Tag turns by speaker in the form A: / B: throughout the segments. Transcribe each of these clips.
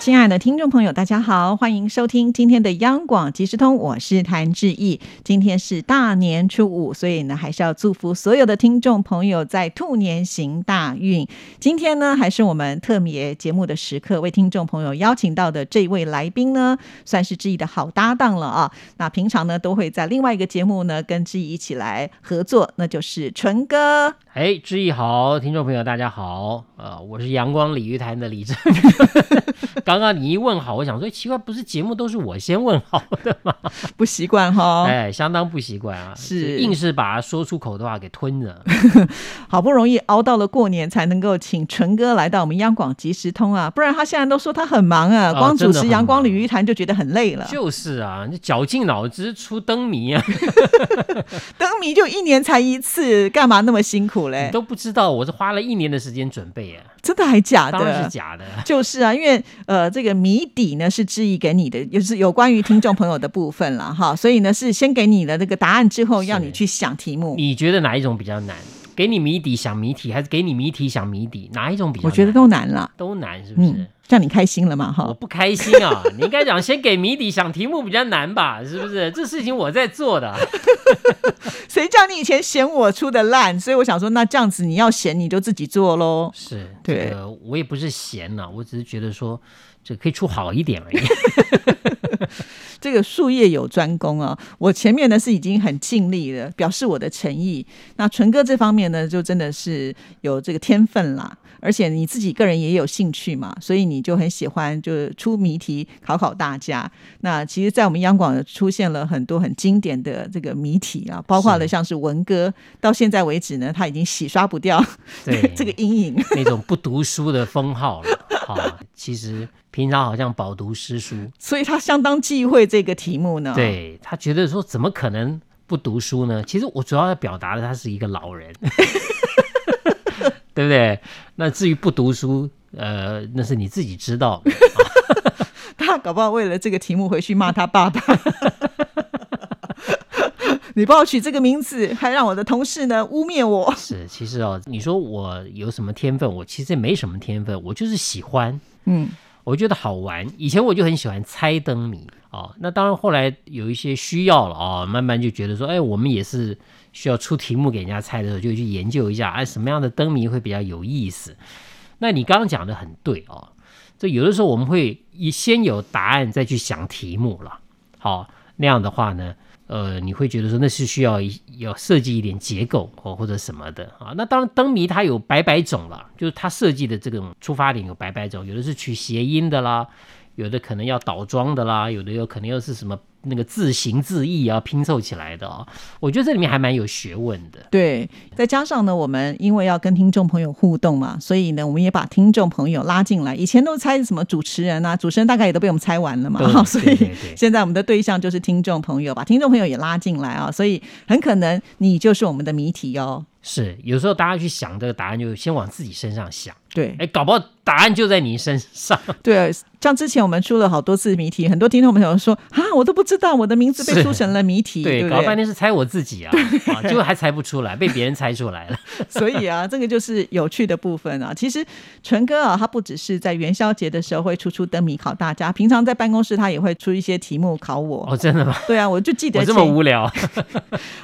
A: 亲爱的听众朋友，大家好，欢迎收听今天的央广即时通，我是谭志毅。今天是大年初五，所以呢，还是要祝福所有的听众朋友在兔年行大运。今天呢，还是我们特别节目的时刻，为听众朋友邀请到的这位来宾呢，算是志毅的好搭档了啊。那平常呢，都会在另外一个节目呢，跟志毅一起来合作，那就是纯哥。
B: 哎，志毅好，听众朋友大家好，呃，我是阳光鲤鱼台的 李正。刚刚你一问好，我想说奇怪，不是节目都是我先问好的吗？
A: 不习惯哈，
B: 哎，相当不习惯啊，
A: 哦是
B: 硬是把说出口的话给 吞了。
A: 好不容易熬到了过年，才能够请纯哥来到我们央广即时通啊，不然他现在都说他很忙啊，
B: 哦
A: 光主
B: 真的
A: 持
B: 很
A: 阳光
B: 忙
A: 鲤鱼潭就觉得很累了。
B: 就是啊，你绞尽脑汁出灯谜啊，
A: 灯谜就一年才一次，干嘛那么辛苦
B: 你
A: 嘞？
B: 都不知道，我是花了一年的时间准备啊，
A: 真的还假
B: 当然是
A: 的？
B: 假的。
A: 就是啊，因为呃，这个谜底呢是志毅给你的，也是有关于听众朋友的部分了哈，所以呢是先给你的那个答案之后，
B: 是嗯
A: 要你去想题目。
B: 你觉得哪一种比较难？给你谜底想谜题，还是给你谜题想谜底？哪一种比较
A: 我
B: 难？
A: 觉得都难了，
B: 都难，是不是？
A: 嗯，让你开心了嘛
B: 我
A: 哈。
B: 不开心啊！ 你应该讲先给谜底想题目比较难吧，是不是？这事情我在 做的，
A: 谁叫你以前嫌我出的烂，所以我想说，那这样子你要嫌你就自己做喽。
B: 是
A: 对
B: 这个我也不是闲呐、我只是觉得说这可以出好 一点而已。
A: 这个术业有专攻啊，我前面呢是已经很尽力了，表示我的诚意。那纯哥这方面呢，就真的是有这个天分啦，而且你自己个人也有兴趣嘛，所以你就很喜欢就是出谜题考考大家。那其实，在我们央广出现了很多很经典的这个谜题啊，包括了像是文哥，到现在为止呢，他已经洗刷不掉
B: 对，
A: 这个阴影。
B: 那种不读书的封号了啊，其实平常好像饱读诗书，
A: 所以他相当忌讳这个题目呢。，
B: 对他觉得说怎么可能不读书呢？其实我主要要表达的，他是一个老 人，对不对？那至于不读书，呃，那是你自己知道。
A: 他搞不好为了这个题目回去骂他爸 爸。你帮我取这个名字，还让我的同事呢污蔑我。
B: 是，其实哦，你说我有什么天分？我其实也没什么天分，我就是喜欢，
A: 嗯，
B: 我觉得好玩。以前我就很喜欢猜灯谜哦，那当然后来有一些需要了哦，慢慢就觉得说，哎，我们也是需要出题目给人家猜的时候，就去研究一下，哎，什么样的灯谜会比较有意思。那你刚刚讲的很对哦，这有的时候我们会一先有答案再去想题目了，好、那样的话呢，呃，你会觉得说那是需要一要设计一点结构哦或者什么的啊。那当然灯谜它有百百种了，就是它设计的这种出发点有百百种，有的是取谐音的啦，有的可能要倒装的啦，有的又可能又是什么那个字形字义啊拼凑起来的哦。我觉得这里面还蛮有学问的。
A: 对，再加上呢，我们因为要跟听众朋友互动嘛，所以呢，我们也把听众朋友拉进来。以前都猜什么主持人啊，主持人大概也都被我们猜完了嘛，
B: 对
A: 所
B: 对
A: 以
B: 对对
A: 现在我们的对象就是听众朋友，把听众朋友也拉进来啊，所以很可能你就是我们的谜题哦。
B: 是，有时候大家去想这个答案，就先往自己身上想，
A: 对，
B: 哎，搞不好答案就在你身上。
A: 对，像之前我们出了好多次谜题，很多听众朋友说啊，我都不知道我的名字被
B: 是
A: 出成了谜题，
B: 对，
A: 对不
B: 搞半
A: 对？
B: 天 是猜我自己啊，啊，结果还猜不出来，被别人猜出来了。
A: 所以啊，这个就是有趣的部分啊。其实纯哥啊，他不只是在元宵节的时候会出出灯谜考大家，平常在办公室他也会出一些题目考我。
B: 哦，真的吗？
A: 对啊，我就记得
B: 我这么
A: 前
B: 无聊，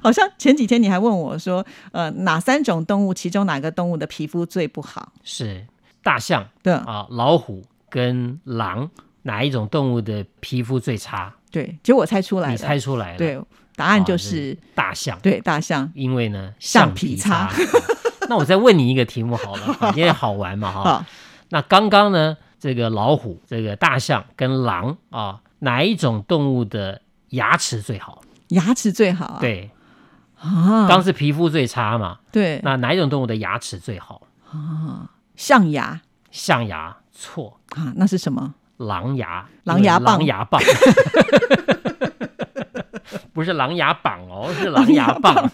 A: 好像前几天你还问我说，呃，哪三种动物，其中哪个动物的皮肤最不好？
B: 是大象
A: 对
B: 啊、老虎跟狼哪一种动物的皮肤最差？
A: 对，结果我猜出来
B: 你
A: 了，
B: 猜出来了，
A: 对，答
B: 啊，
A: 案就是、
B: 大象，
A: 对大象。
B: 因为呢
A: 橡
B: 橡
A: 皮
B: 皮
A: 擦
B: 擦。好 那我再问你一个题目好了， 好因为好玩嘛哈。
A: 好，
B: 那刚刚呢，这个老虎、这个大象跟狼啊，哪一种动物的牙齿最好？
A: 牙齿最好啊。
B: 对，
A: 啊，
B: 刚是皮肤最差嘛，
A: 对
B: 那哪一种动物的牙齿最好？
A: 象牙。
B: 象牙错，
A: 啊，那是什 么？
B: 狼牙，
A: 狼牙棒
B: 狼 牙棒， 不是狼牙棒哦，是狼牙棒。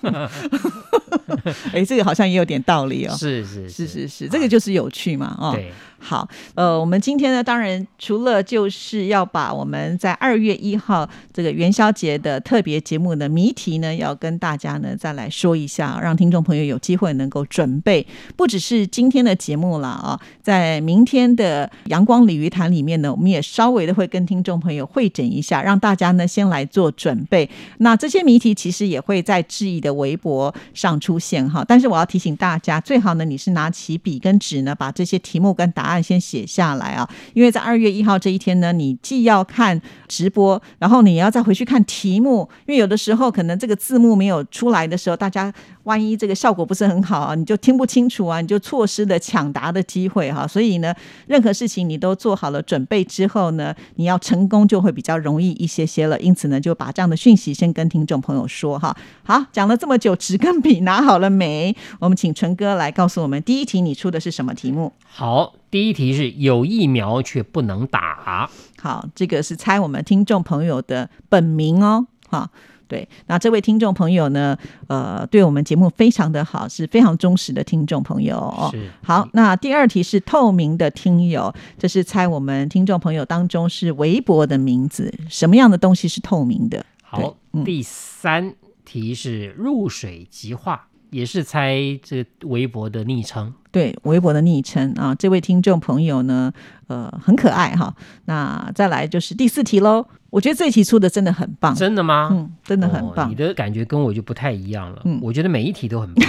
A: 哎，这个好像也有点道理哦。
B: 是是
A: 是是是，这个就是有趣嘛，哦。
B: 对，
A: 好，呃，我们今天呢，当然除了就是要把我们在二月一号这个元宵节的特别节目的谜题呢，要跟大家呢再来说一下，让听众朋友有机会能够准备，不只是今天的节目了啊，在明天的阳光鲤鱼潭里面呢，我们也稍微的会跟听众朋友会诊一下，让大家呢先来做准备。那这些谜题其实也会在志毅的微博上出现哈，但是我要提醒大家，最好呢你是拿起笔跟纸呢，把这些题目跟答案先写下来啊，因为在二月一号这一天呢，你既要看直播，然后你也要再回去看题目，因为有的时候可能这个字幕没有出来的时候，大家万一这个效果不是很好啊，你就听不清楚啊，你就错失了抢答的机会哈、所以呢，任何事情你都做好了准备之后呢，你要成功就会比较容易一些些了。因此呢，就把这样的讯息先跟听众朋友说哈。好，讲了这么久，纸跟笔拿好了没？我们请纯哥来告诉我们，第一题你出的是什么题目？
B: 好，第一题是有疫苗却不能打，
A: 好，这个是猜我们听众朋友的本名哦，哈。对，那这位听众朋友呢？呃，对我们节目非常的好，是非常忠实的听众朋友哦。
B: 是
A: 好，那第二题是透明的听友，这是猜我们听众朋友当中是微博的名字，什么样的东西是透明的？对嗯
B: 好，第三题是入水即化，也是猜这个微博的昵称。
A: 对，微博的昵称啊，这位听众朋友呢，呃，很可爱哈。那再来就是第四题喽，我觉得这一题出的真的很棒，
B: 真的吗？
A: 嗯，真的很
B: 哦
A: 棒
B: 你。的感觉跟我就不太一样了。
A: 嗯
B: 我觉得每一题都很棒。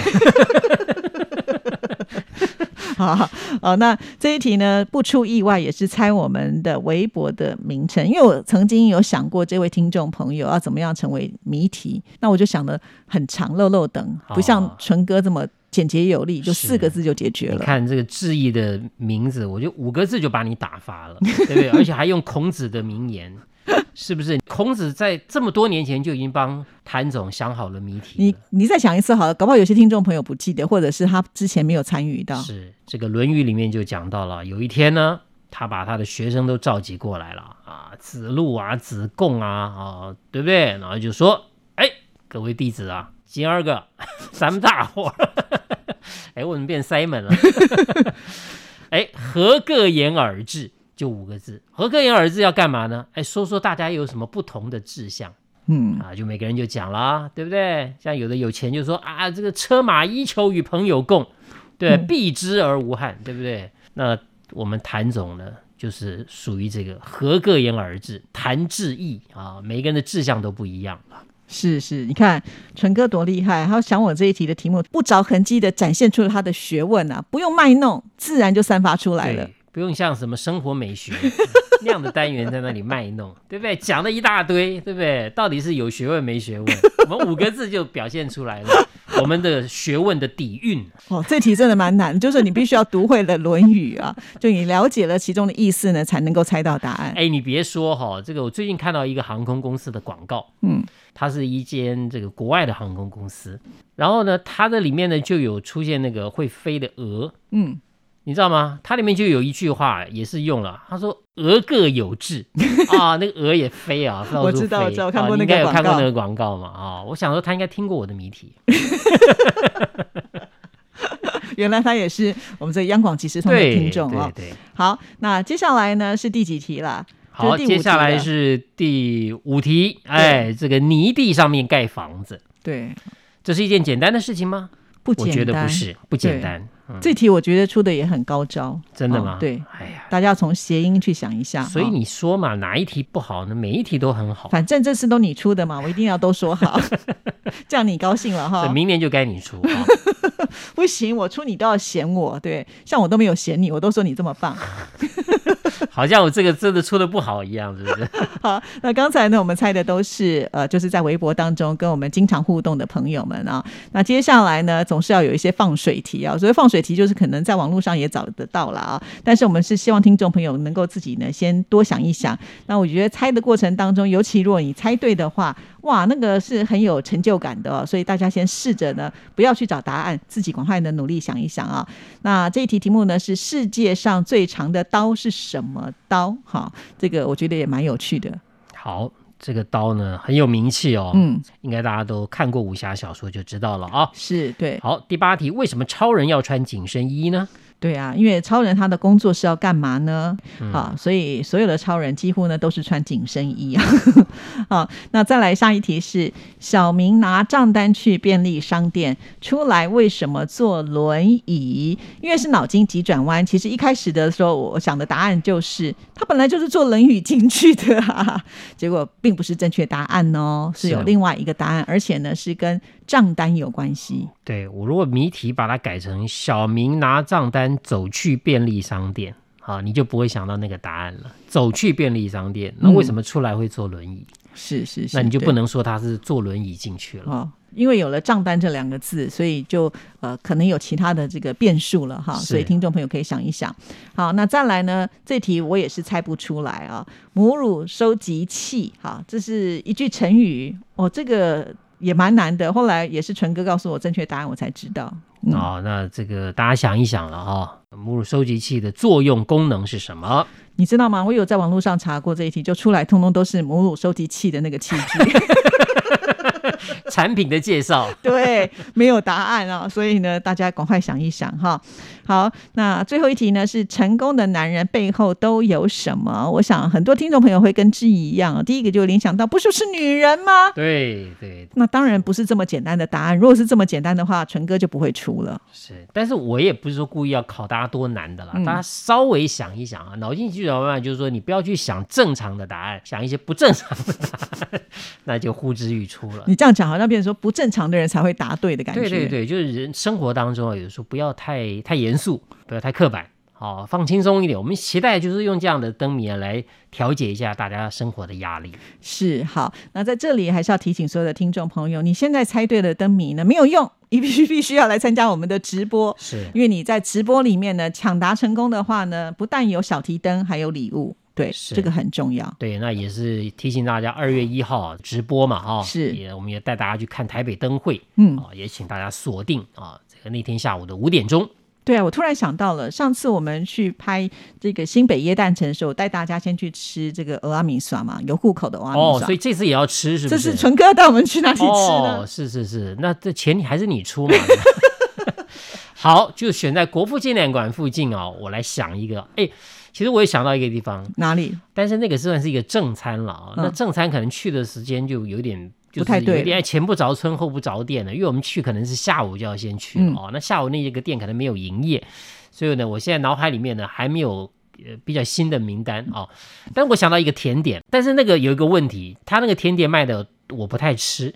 A: 好，哦，那这一题呢，不出意外也是猜我们的微博的名称，因为我曾经有想过这位听众朋友要怎么样成为谜题，那我就想的很长，漏漏等，不像
B: 哦
A: 纯哥这么简洁有力，就是四个字就解决
B: 你
A: 了。
B: 看这个志毅的名字，我就五个字就把你打发了， 对不对？而且还用孔子的名言，是不是？孔子在这么多年前就已经帮谭总想好了谜题
A: 你
B: 了。
A: 你再想一次好了，搞不好有些听众朋友不记得，或者是他之前没有参与到。
B: 是这个《论语》里面就讲到了，有一天呢，他把他的学生都召集过来了啊，子路啊、子贡啊，啊，对不对？然后就说，哎，各位弟子啊，今儿个 咱们大伙儿， 哎，我怎么变塞门了？ 哎，合各言而志，就五个字。合各言而志要干嘛呢？哎，说说大家有什么不同的志向。
A: 嗯，
B: 啊，就每个人就讲啦，对不对？像有的有钱就说啊，这个车马衣裘与朋友共，对，
A: 嗯
B: 避之而无憾，对不对？那我们谭总呢，就是属于这个合各言而志，谭志毅啊，每个人的志向都不一样了。
A: 是是，你看纯哥多厉害，他想我这一题的题目，不着痕迹的展现出了他的学问啊，不用卖弄，自然就散发出来了
B: 对。，不用像什么生活美学 那样的单元在那里卖弄，对不对？讲了一大堆，对不对？到底是有学问没学问？我们五个字就表现出来了，我们的学问的底蕴。
A: 哦，这题真的蛮难，就是你必须要读会了《论语》啊， 就你了解了其中的意思呢，才能够猜到答案。
B: 哎，你别说哈、这个我最近看到一个航空公司的广告，
A: 嗯，
B: 它是一间这个国外的航空公司，然后呢，它的里面呢就有出现那个会飞的鹅，
A: 嗯，
B: 你知道吗？它里面就有一句话也是用了，他说“鹅各有 志”啊，那个鹅也飞啊，到处
A: 我知道
B: 飞
A: 我知道我
B: 啊
A: 看过那
B: 你应该
A: 个
B: 有
A: 广
B: 看过
A: 告
B: 那个广告嘛啊，我想说他应该听过我的 谜题，
A: 原来他也是我们这个央广即时通的
B: 对
A: 听众哦
B: 对。对。
A: 好，那接下来呢是第几题了？
B: 好，
A: 这是第五
B: 接
A: 题啊
B: 下来
A: 了
B: 是第五题，哎，这个泥地上面盖房子，
A: 对，
B: 这是一件简单的事情吗？
A: 不
B: 我
A: 简单。
B: 觉得不是，不简
A: 对
B: 单，嗯
A: 这题，我觉得出的也很高招，
B: 真的
A: 哦
B: 吗？
A: 对，
B: 哎呀，
A: 大家要从谐音去想一下。
B: 所以
A: 哦
B: 你说嘛，哪一题不好呢？每一题都很好，
A: 反正这次都你出的嘛，我一定要都说 好，这样你高兴了
B: 所以
A: 哈。
B: 明年就该你出。啊
A: 不行，我出你都要嫌我，对，像我都没有嫌你，我都说你这么棒。
B: 好像我这个真的出的不好一样，是不 是？
A: 好，那刚才呢，我们猜的都是呃，就是在微博当中跟我们经常互动的朋友们啊。那接下来呢，总是要有一些放水题啊，所以放水题就是可能在网络上也找得到了啊。但是我们是希望听众朋友能够自己呢先多想一想。那我觉得猜的过程当中，尤其如果你猜对的话，哇，那个是很有成就感的、哦。所以大家先试着呢，不要去找答案，自己赶快的努力想一想啊。那这一题题目呢是世界上最长的刀是什么刀？哈，这个我觉得也蛮有趣的。
B: 好，这个刀呢很有名气哦，
A: 嗯，
B: 应该大家都看过武侠小说就知道了啊。
A: 是对
B: 好，第八题，为什么超人要穿紧身衣呢？
A: 对啊，因为超人他的工作是要干嘛呢？啊，所以所有的超人几乎呢都是穿紧身衣啊。 好，那再来下一题是：小明拿账单去便利商店，出来为什么坐轮椅？因为是脑筋急转弯。其实一开始的时候，我想的答案就是他本来就是坐轮椅进去的、啊，结果并不是正确答案哦，是
B: 是
A: 有另外一个答案，而且呢是跟账单有关系。
B: 对我如果谜题把它改成小明拿账单走去便利商店，好，你就不会想到那个答案了。走去便利商店，那
A: 嗯
B: 为什么出来会坐轮椅？
A: 是是是，
B: 那你就
A: 对
B: 不能说他是坐轮椅进去了。
A: 哦，因为有了“账单”这两个字，所以就呃可能有其他的这个变数了哈，
B: 是
A: 所以听众朋友可以想一想。好，那再来呢？这题我也是猜不出来啊。母乳收集器，哈，这是一句成语，哦，这个也蛮难的。后来也是纯哥告诉我正确答案，我才知道。嗯，
B: 哦，那这个大家想一想了哈、母乳收集器的作用功能是什么？
A: 你知道吗？我有在网络上查过这一题，就出来通通都是母乳收集器的那个器具。
B: 产品的介绍，
A: 对，没有答案啊、所以呢，大家赶快想一想哈。好，那最后一题呢是成功的男人背后都有什么？我想很多听众朋友会跟志怡一样哦，第一个就联想到不就是女人吗？
B: 对对
A: 那当然不是这么简单的答案。如果是这么简单的话，纯哥就不会出了。
B: 是，但是我也不是说故意要考大家多难的啦，
A: 嗯
B: 大家稍微想一想啊，脑筋急转弯就是说你不要去想正常的答案，想一些不正常的答案， 那就呼之欲出了。
A: 你这样讲好像变成说不正常的人才会答对的感觉。
B: 嗯对对对，就是人生活当中啊，有时候不要太太严肃，不要太刻板，好、放轻松一点。我们期待就是用这样的灯谜啊来调节一下大家生活的压力。
A: 是好，那在这里还是要提醒所有的听众朋友，你现在猜对了灯谜呢没有用，你必须必须要来参加我们的直播。
B: 是
A: 因为你在直播里面呢抢答成功的话呢，不但有小提灯，还有礼物，对，
B: 是
A: 这个很重要。
B: 对，那也是提醒大家，二月一号啊直播嘛，哈、
A: 是
B: 也我们也带大家去看台北灯会，
A: 嗯
B: 啊、也请大家锁定啊、这个那天下午的五点钟，
A: 对啊，我突然想到了，上次我们去拍这个新北耶诞城的时候，我带大家先去吃这个俄阿米耍嘛，有户口的俄阿米
B: 哦，
A: 耍。
B: 所以这次也要吃，是不
A: 这
B: 是？
A: 是纯哥带我们去哪里吃呢？
B: 哦，是是是，那这钱你还是你出嘛。 好，就选在国父纪念馆附近哦。我来想一个，哎，其实我也想到一个地方，
A: 哪里？
B: 但是那个算是一个正餐了啊、
A: 嗯
B: 那正餐可能去的时间就有点。就是
A: 不太对
B: 有点哎前不着村后不着店了，因为我们去可能是下午就要先去了哦，
A: 嗯
B: 那下午那个店可能没有营业，所以呢，我现在脑海里面呢还没有呃比较新的名单哦，但我想到一个甜点，但是那个有一个问题，他那个甜点卖的我不太吃，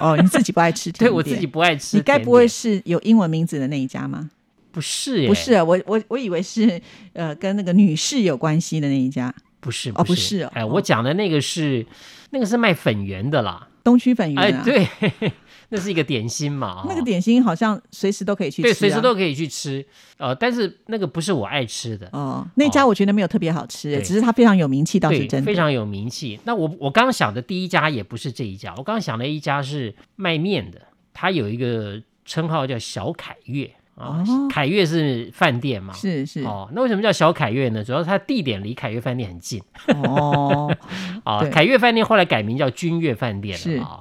A: 哦，你自己不爱吃
B: 对
A: 甜
B: 我
A: 点
B: 自己不爱吃
A: 你
B: 甜点，
A: 该不会是有英文名字的那一家吗？
B: 不是、耶
A: 不是啊，我我我以为是呃跟那个女士有关系的那一家，
B: 不是
A: 哦
B: 不
A: 不是哦
B: 哎，
A: 哦
B: 我讲的那个是那个是卖粉圆的啦，
A: 东区粉圆
B: 哎
A: 啊。，
B: 对， 那是一个点心嘛，哦
A: 那个点心好像随时都可以去吃、啊，
B: 对，随时都可以去吃，呃，但是那个不是我爱吃的，
A: 哦，那家我觉得没有特别好吃、
B: 对
A: 只是它非常有名气，倒是
B: 对，
A: 真的。
B: 非常有名气。那我我刚想的第一家也不是这一家，我刚想的一家是卖面的，它有一个称号叫小凯悦啊，
A: 哦
B: 凯悦是饭店嘛，
A: 是是哦
B: 哦，那为什么叫小凯悦呢？主要是它地点离凯悦饭店很近。
A: 哦
B: 啊
A: 对，
B: 凯悦饭店后来改名叫君悦饭店
A: 是
B: 了啊。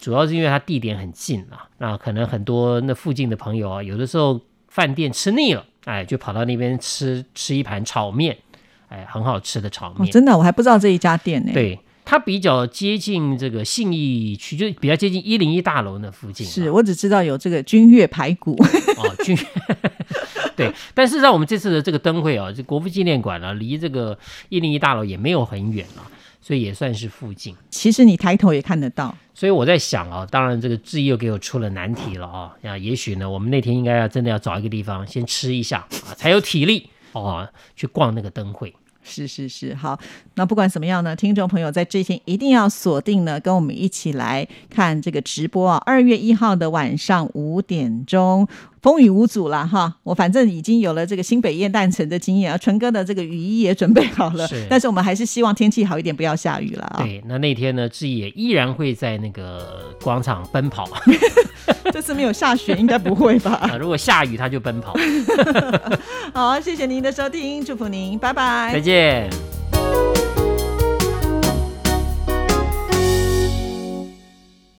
B: 主要是因为它地点很近啊，那可能很多那附近的朋友啊，有的时候饭店吃腻了，哎，就跑到那边吃吃一盘炒面，哎，很好吃的炒面。
A: 哦真的我还不知道这一家店呢、，
B: 对，它比较接近这个信义区，就是比较接近一零一大楼那附近、啊。
A: 是我只知道有这个君悦排骨，
B: 哦，军。 对，但事实上我们这次的这个灯会啊，这国父纪念馆啊，离这个一零一大楼也没有很远啊，所以也算是附近。
A: 其实你抬头也看得到。
B: 所以我在想啊，当然这个志毅又给我出了难题了啊。那也许呢，我们那天应该要真的要找一个地方先吃一下啊，才有体力哦去逛那个灯会。
A: 是是是，好，那不管怎么样呢，听众朋友在这一天一定要锁定呢，跟我们一起来看这个直播啊，二月一号的晚上五点钟，风雨无阻啦哈。我反正已经有了这个新北雁诞城的经验啊，纯哥的这个雨衣也准备好了，
B: 是
A: 但是我们还是希望天气好一点，不要下雨了啊。
B: 对，那那天呢，志毅也依然会在那个广场奔跑
A: 这次没有下雪，应该不会吧？
B: 啊，如果下雨他就奔跑。
A: 好，谢谢您的收听，祝福您，拜拜
B: 再。见。